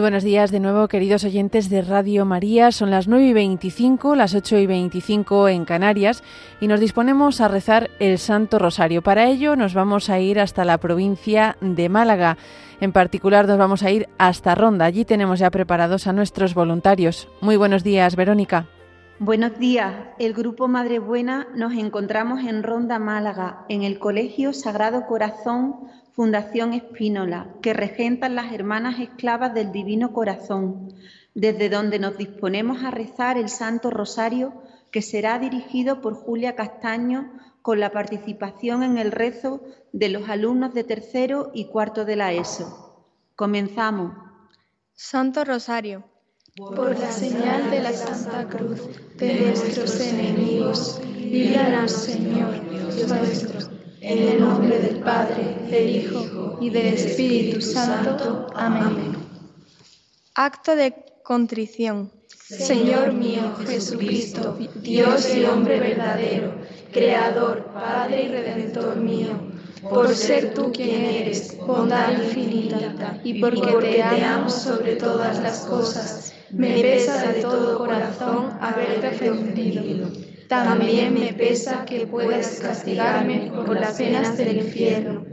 buenos días de nuevo, queridos oyentes de Radio María. Son las 9 y 25, las 8 y 25 en Canarias y nos disponemos a rezar el Santo Rosario. Para ello nos vamos a ir hasta la provincia de Málaga. En particular nos vamos a ir hasta Ronda. Allí tenemos ya preparados a nuestros voluntarios. Muy buenos días, Verónica. Buenos días. El grupo Madre Buena nos encontramos en Ronda Málaga, en el Colegio Sagrado Corazón Fundación Espínola, que regentan las hermanas esclavas del Divino Corazón, desde donde nos disponemos a rezar el Santo Rosario, que será dirigido por Julia Castaño con la participación en el rezo de los alumnos de tercero y cuarto de la ESO. Comenzamos. Santo Rosario. Por la señal de la Santa Cruz de nuestros enemigos, líbranos, Señor, Dios nuestro. En el nombre del Padre, del Hijo y del Espíritu Santo. Amén. Acto de contrición. Señor mío Jesucristo, Dios y hombre verdadero, Creador, Padre y Redentor mío, por ser tú quien eres, bondad infinita, y porque te amo sobre todas las cosas, me pesa de todo corazón haberte ofendido. También me pesa que puedas castigarme por las penas del infierno.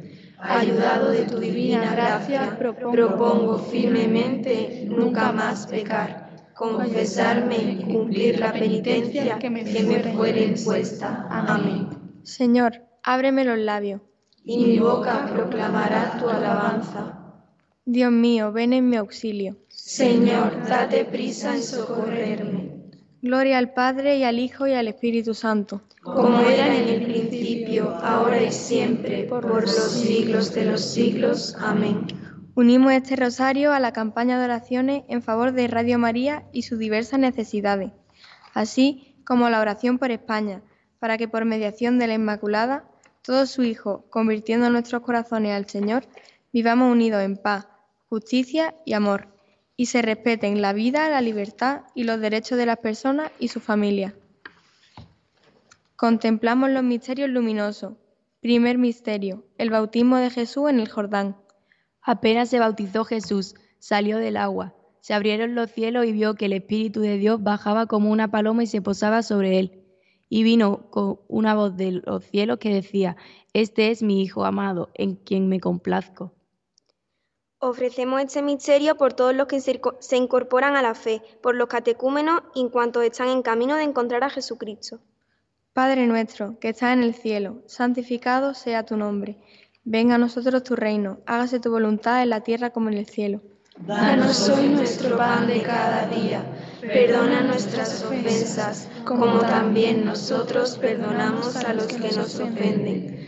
Ayudado de tu divina gracia, propongo firmemente nunca más pecar, confesarme y cumplir la penitencia que me fuere impuesta. Amén. Señor, ábreme los labios. Y mi boca proclamará tu alabanza. Dios mío, ven en mi auxilio. Señor, date prisa en socorrerme. Gloria al Padre y al Hijo y al Espíritu Santo. Como era en el principio, ahora y siempre, por los siglos de los siglos. Amén. Unimos este rosario a la campaña de oraciones en favor de Radio María y sus diversas necesidades, así como la oración por España, para que por mediación de la Inmaculada, todo su Hijo, convirtiendo nuestros corazones al Señor, vivamos unidos en paz, justicia y amor y se respeten la vida, la libertad y los derechos de las personas y su familia. Contemplamos los misterios luminosos. Primer misterio, el bautismo de Jesús en el Jordán. Apenas se bautizó Jesús, salió del agua. Se abrieron los cielos y vio que el Espíritu de Dios bajaba como una paloma y se posaba sobre él. Y vino con una voz de los cielos que decía, Este es mi Hijo amado, en quien me complazco. Ofrecemos este misterio por todos los que se incorporan a la fe, por los catecúmenos y en cuanto están en camino de encontrar a Jesucristo. Padre nuestro, que estás en el cielo, santificado sea tu nombre. Venga a nosotros tu reino, hágase tu voluntad en la tierra como en el cielo. Danos hoy nuestro pan de cada día. Perdona nuestras ofensas, como también nosotros perdonamos a los que nos ofenden.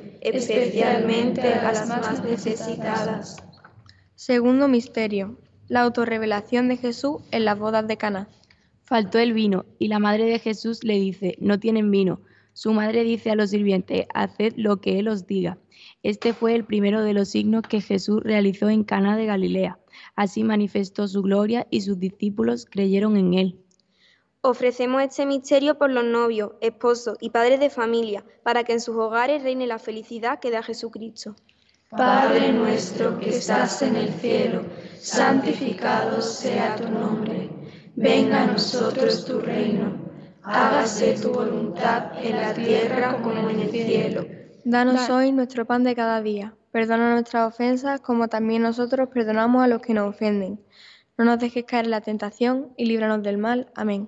especialmente a las más necesitadas. Segundo misterio, la autorrevelación de Jesús en las bodas de Caná. Faltó el vino y la madre de Jesús le dice, no tienen vino. Su madre dice a los sirvientes, haced lo que él os diga. Este fue el primero de los signos que Jesús realizó en Cana de Galilea. Así manifestó su gloria y sus discípulos creyeron en él. Ofrecemos este misterio por los novios, esposos y padres de familia, para que en sus hogares reine la felicidad que da Jesucristo. Padre nuestro que estás en el cielo, santificado sea tu nombre. Venga a nosotros tu reino. Hágase tu voluntad en la tierra como en el cielo. Danos hoy nuestro pan de cada día. Perdona nuestras ofensas como también nosotros perdonamos a los que nos ofenden. No nos dejes caer en la tentación y líbranos del mal. Amén.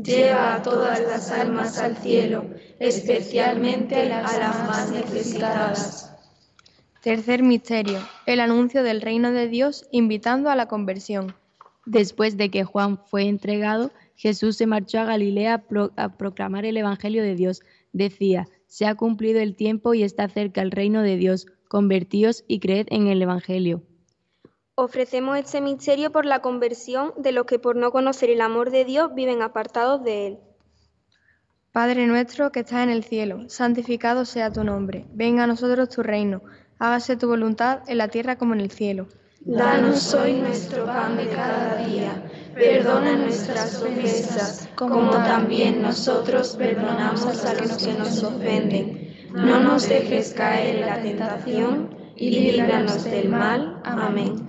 lleva a todas las almas al cielo, especialmente a las más necesitadas. Tercer misterio, el anuncio del reino de Dios invitando a la conversión. Después de que Juan fue entregado, Jesús se marchó a Galilea a, pro a proclamar el Evangelio de Dios. Decía, se ha cumplido el tiempo y está cerca el reino de Dios. Convertíos y creed en el Evangelio. Ofrecemos este misterio por la conversión de los que por no conocer el amor de Dios viven apartados de Él. Padre nuestro que estás en el cielo, santificado sea tu nombre. Venga a nosotros tu reino. Hágase tu voluntad en la tierra como en el cielo. Danos hoy nuestro pan de cada día. Perdona nuestras ofensas, como también nosotros perdonamos a los que nos ofenden. No nos dejes caer en la tentación y líbranos del mal. Amén.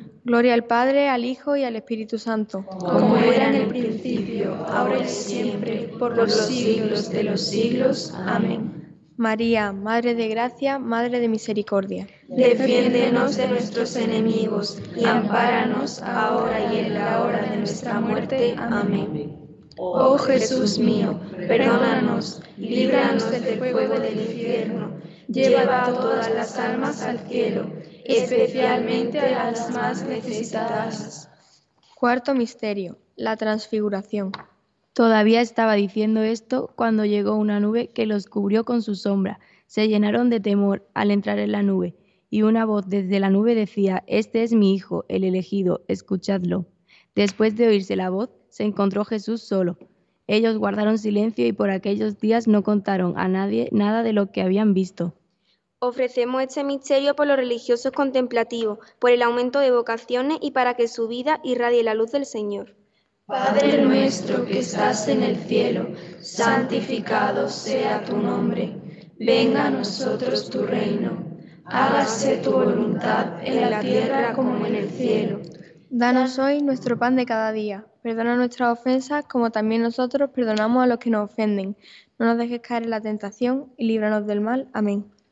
Gloria al Padre, al Hijo y al Espíritu Santo. Como era en el principio, ahora y siempre, por los siglos de los siglos. Amén. María, Madre de Gracia, Madre de Misericordia. Defiéndenos de nuestros enemigos y ampáranos ahora y en la hora de nuestra muerte. Amén. Oh Jesús mío, perdónanos, líbranos del fuego del infierno, lleva a todas las almas al cielo especialmente a las más necesitadas. Cuarto misterio, la transfiguración. Todavía estaba diciendo esto cuando llegó una nube que los cubrió con su sombra. Se llenaron de temor al entrar en la nube, y una voz desde la nube decía, Este es mi Hijo, el elegido, escuchadlo. Después de oírse la voz, se encontró Jesús solo. Ellos guardaron silencio y por aquellos días no contaron a nadie nada de lo que habían visto. Ofrecemos este misterio por los religiosos contemplativos, por el aumento de vocaciones y para que su vida irradie la luz del Señor. Padre nuestro que estás en el cielo, santificado sea tu nombre. Venga a nosotros tu reino. Hágase tu voluntad en la tierra como en el cielo. Danos hoy nuestro pan de cada día. Perdona nuestras ofensas como también nosotros perdonamos a los que nos ofenden. No nos dejes caer en la tentación y líbranos del mal. Amén.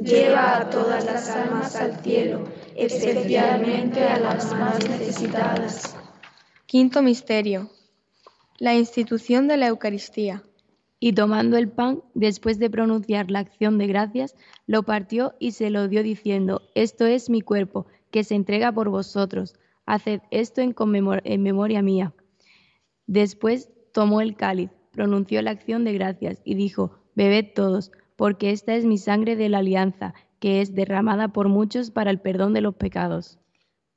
lleva a todas las almas al cielo, especialmente a las más necesitadas. Quinto misterio. La institución de la Eucaristía. Y tomando el pan, después de pronunciar la acción de gracias, lo partió y se lo dio diciendo, Esto es mi cuerpo, que se entrega por vosotros. Haced esto en, conmemor- en memoria mía. Después tomó el cáliz, pronunció la acción de gracias y dijo, Bebed todos, porque esta es mi sangre de la alianza, que es derramada por muchos para el perdón de los pecados.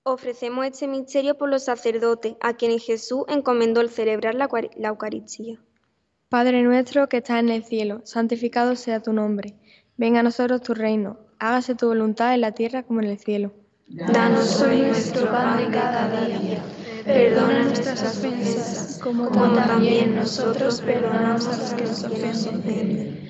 Ofrecemos este misterio por los sacerdotes, a quienes Jesús encomendó el celebrar la, cuar- la Eucaristía. Padre nuestro que estás en el cielo, santificado sea tu nombre. Venga a nosotros tu reino. Hágase tu voluntad en la tierra como en el cielo. Danos hoy nuestro pan de cada día. Perdona nuestras ofensas, como también nosotros perdonamos a los que nos ofenden.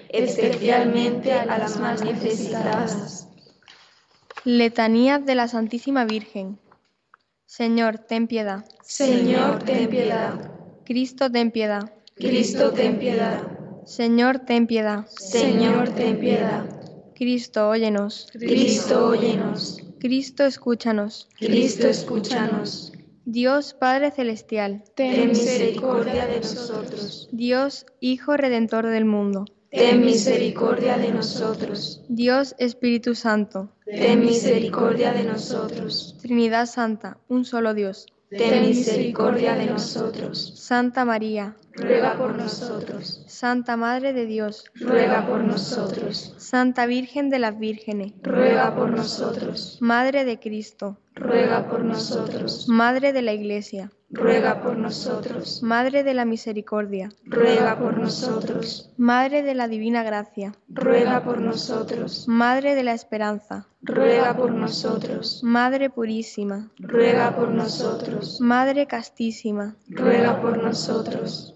especialmente a las más necesitadas. Letanías de la Santísima Virgen. Señor, ten piedad. Señor, ten piedad. Cristo, ten piedad. Cristo, ten piedad. Señor, ten piedad. Señor, ten piedad. Cristo, óyenos. Cristo, óyenos. Cristo, escúchanos. Cristo, escúchanos. Dios Padre Celestial, Ten misericordia de nosotros. Dios Hijo Redentor del mundo, Ten misericordia de nosotros. Dios Espíritu Santo, Ten misericordia de nosotros. Trinidad Santa, un solo Dios, Ten misericordia de nosotros. Santa María, Ruega por nosotros. Santa Madre de Dios, Ruega por nosotros. Santa Virgen de las Vírgenes, Ruega por nosotros. Madre de Cristo, Ruega por nosotros. Madre de la Iglesia, Ruega por nosotros. Madre de la Misericordia, Ruega por nosotros. Madre de la Divina Gracia, Ruega por nosotros. Madre de la Esperanza, Ruega por nosotros. Madre Purísima, Ruega por nosotros. Madre Castísima, Ruega por nosotros.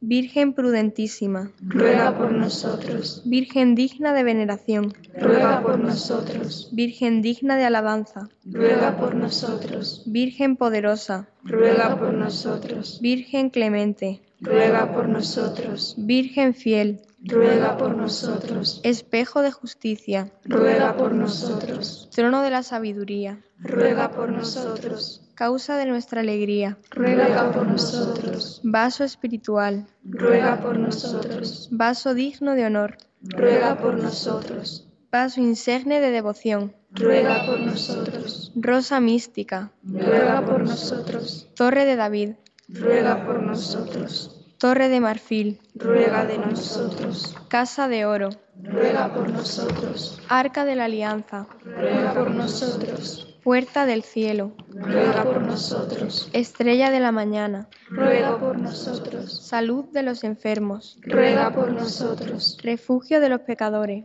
Virgen prudentísima, ruega por nosotros. Virgen digna de veneración, ruega por nosotros. Virgen digna de alabanza, ruega por nosotros. Virgen poderosa, ruega por nosotros. Virgen clemente, ruega por nosotros. Virgen fiel, ruega por nosotros. Espejo de justicia, ruega por nosotros. Trono de la sabiduría, ruega por nosotros. Causa de nuestra alegría, ruega por nosotros. Vaso espiritual, ruega por nosotros. Vaso digno de honor, ruega por nosotros. Vaso insegne de devoción, ruega por nosotros. Rosa mística, ruega por nosotros. Torre de David, ruega por nosotros. Torre de marfil, ruega de nosotros. Casa de oro, ruega por nosotros. Arca de la alianza, ruega por nosotros. Puerta del cielo, ruega por nosotros. Estrella de la mañana, ruega por nosotros. Salud de los enfermos, ruega por nosotros. Refugio de los pecadores,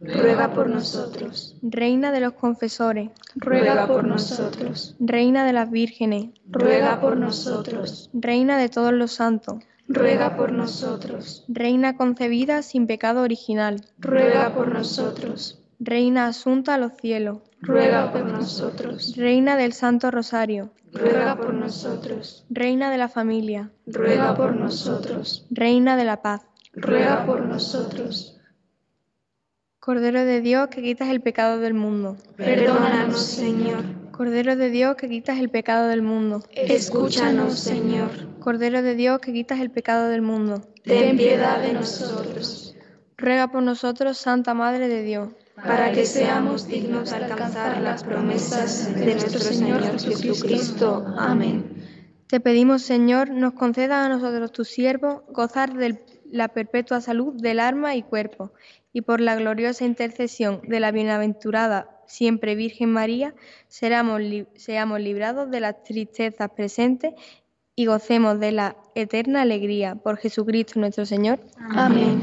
ruega por nosotros. Reina de los confesores, ruega por nosotros. Reina de las vírgenes, ruega por nosotros. Reina de todos los santos, ruega por nosotros. Reina concebida sin pecado original, ruega por nosotros. Reina asunta a los cielos, ruega por nosotros. Reina del Santo Rosario, ruega por nosotros. Reina de la familia, ruega por nosotros. Reina de la paz. ruega por nosotros. Cordero de Dios que quitas el pecado del mundo. Perdónanos, Señor. Cordero de Dios que quitas el pecado del mundo. Escúchanos, Señor. Cordero de Dios que quitas el pecado del mundo. Ten piedad de nosotros, Ruega por nosotros, Santa Madre de Dios. para que seamos dignos de alcanzar las promesas de nuestro Señor Jesucristo. Amén. Te pedimos, Señor, nos conceda a nosotros, tus siervos, gozar de la perpetua salud del alma y cuerpo, y por la gloriosa intercesión de la bienaventurada siempre Virgen María, seramos li- seamos librados de las tristezas presentes y gocemos de la eterna alegría por Jesucristo nuestro Señor. Amén.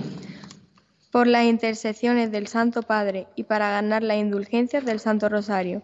por las intercesiones del Santo Padre y para ganar las indulgencias del Santo Rosario.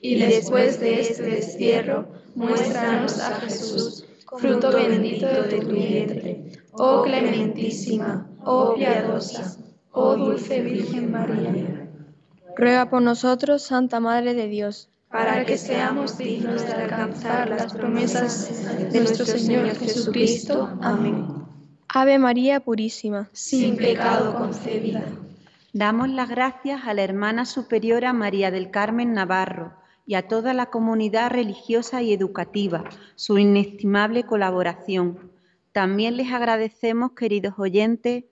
y después de este destierro, muéstranos a Jesús, fruto bendito de tu vientre. Oh clementísima, oh piadosa, oh dulce Virgen María, Ruega por nosotros, Santa Madre de Dios. para que seamos dignos de alcanzar las promesas de nuestro Señor Jesucristo. Amén. Ave María Purísima, Sin pecado concebida. Damos las gracias a la hermana superiora María del Carmen Navarro y a toda la comunidad religiosa y educativa su inestimable colaboración. También les agradecemos, queridos oyentes,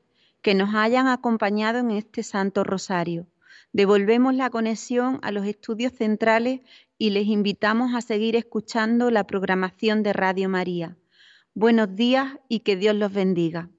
que nos hayan acompañado en este Santo Rosario. Devolvemos la conexión a los estudios centrales y les invitamos a seguir escuchando la programación de Radio María. Buenos días y que Dios los bendiga.